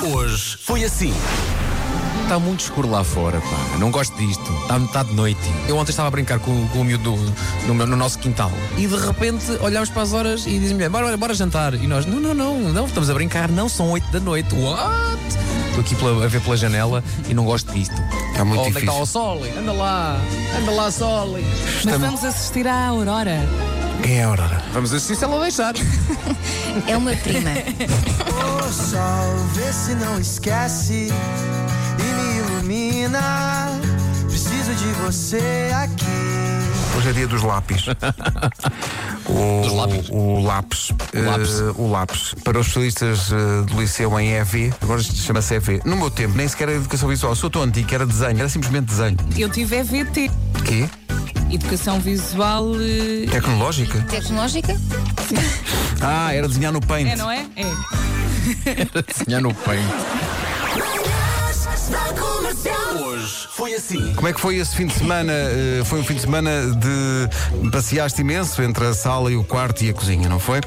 Deus foi assim. Está Tá muito escuro lá fora, pá. Não gosto disto. Está metade de noite. Eu ontem estava a brincar com, com o miúdo do- no, meu- no nosso quintal e de repente olhámos para as horas e dizem-me: bora, bora, bora jantar. E nós: não, não, não, não, estamos a brincar. Não, são 8 da noite. What? Estou aqui pela- a ver pela janela e não gosto disto. Está Tá muito Oh, Onde é que está difícil. o sol? Anda lá, anda lá, sol. Mas vamos assistir à Aurora. Quem é a Aurora? Vamos assistir se ela deixar. É uma prima. O sol vê se não esquece e me ilumina. Preciso de você aqui. Hoje é dia dos lápis. O, Dos lápis? O lápis. Eh, lápis. o lápis. Para os especialistas eh, do liceu em EV, agora chama-se EV. No meu tempo, nem sequer era educação visual. Sou tão antigo, que era desenho, era simplesmente desenho. Eu tive EVT, Quê? Educação Visual. eh, Tecnológica? Tecnológica? Ah, era desenhar no paint. É, não é? É. Tinha no peito. Hoje foi assim. Como é que foi esse fim de semana? Eh, Foi um fim de semana de passeaste imenso entre a sala e o quarto e a cozinha, não foi?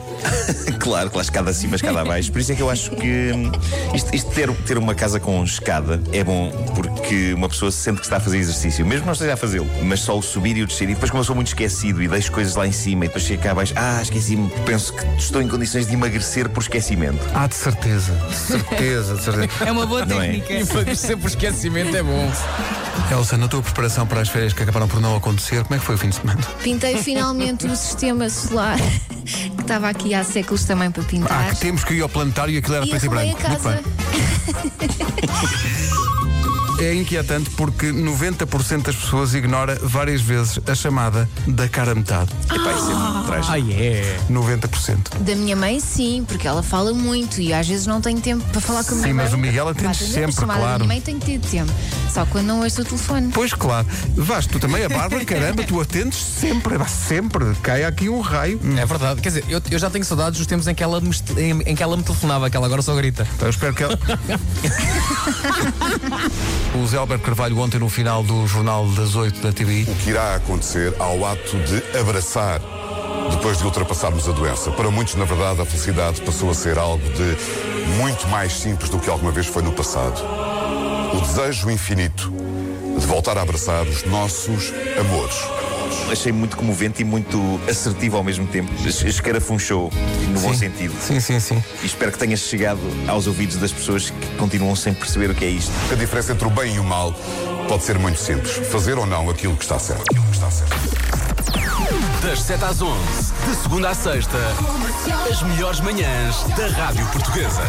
Claro, claro, escada acima, escada abaixo. Por isso é que eu acho que hum, isto, isto ter, ter uma casa com escada é bom porque uma pessoa sente que está a fazer exercício, mesmo que não esteja a fazê-lo, mas só o subir e o descer. E depois, como eu sou muito esquecido e deixo coisas lá em cima e depois chego cá abaixo, ah, esqueci-me, penso que estou em condições de emagrecer por esquecimento. Ah, de certeza. De certeza, de certeza. É uma boa Não é? técnica. Sempre o esquecimento é bom. um- Elsa, na tua preparação para as férias que acabaram por não acontecer, como é que foi o fim de semana? Pintei finalmente o sistema solar que estava aqui há séculos também para Ah, pintar. que temos que ir ao planetário e aquilo era e preto e arrumei branco. a casa. Muito bem. É inquietante porque 90% das pessoas ignora várias vezes a chamada da cara a metade. Epá, isso é muito trágico. Ah, é. 90%. Da minha mãe, sim, porque ela fala muito e às vezes não tenho tempo para falar com a minha Sim, mãe. mas o Miguel atende Para atender uma sempre, chamada da claro. minha mãe tenho que ter tempo. Só quando não ouço o telefone. Pois claro. Vais, tu também, a Bárbara, caramba, tu atendes sempre, pá, sempre. Cai aqui um raio. Hum. É verdade, quer dizer, eu, eu já tenho saudades dos tempos em que, ela me, est- em, em que ela me telefonava, que ela agora só grita. Então, eu espero que ela. o Zé Alberto Carvalho, ontem no final do Jornal das 8 da TVI, que irá acontecer ao ato de abraçar depois de ultrapassarmos a doença. Para muitos, na verdade, a felicidade passou a ser algo de muito mais simples do que alguma vez foi no passado. O desejo infinito de voltar a abraçar os nossos amores. Achei muito comovente e muito assertivo ao mesmo tempo. Es- Escarafunchou, no bom sentido. Sim, sim, sim. E espero que tenha chegado aos ouvidos das pessoas que continuam sem perceber o que é isto. A diferença entre o bem e o mal pode ser muito simples. Fazer ou não aquilo que está certo. Aquilo que está certo. Das 7 às 11, de segunda à sexta, as melhores manhãs da Rádio Portuguesa.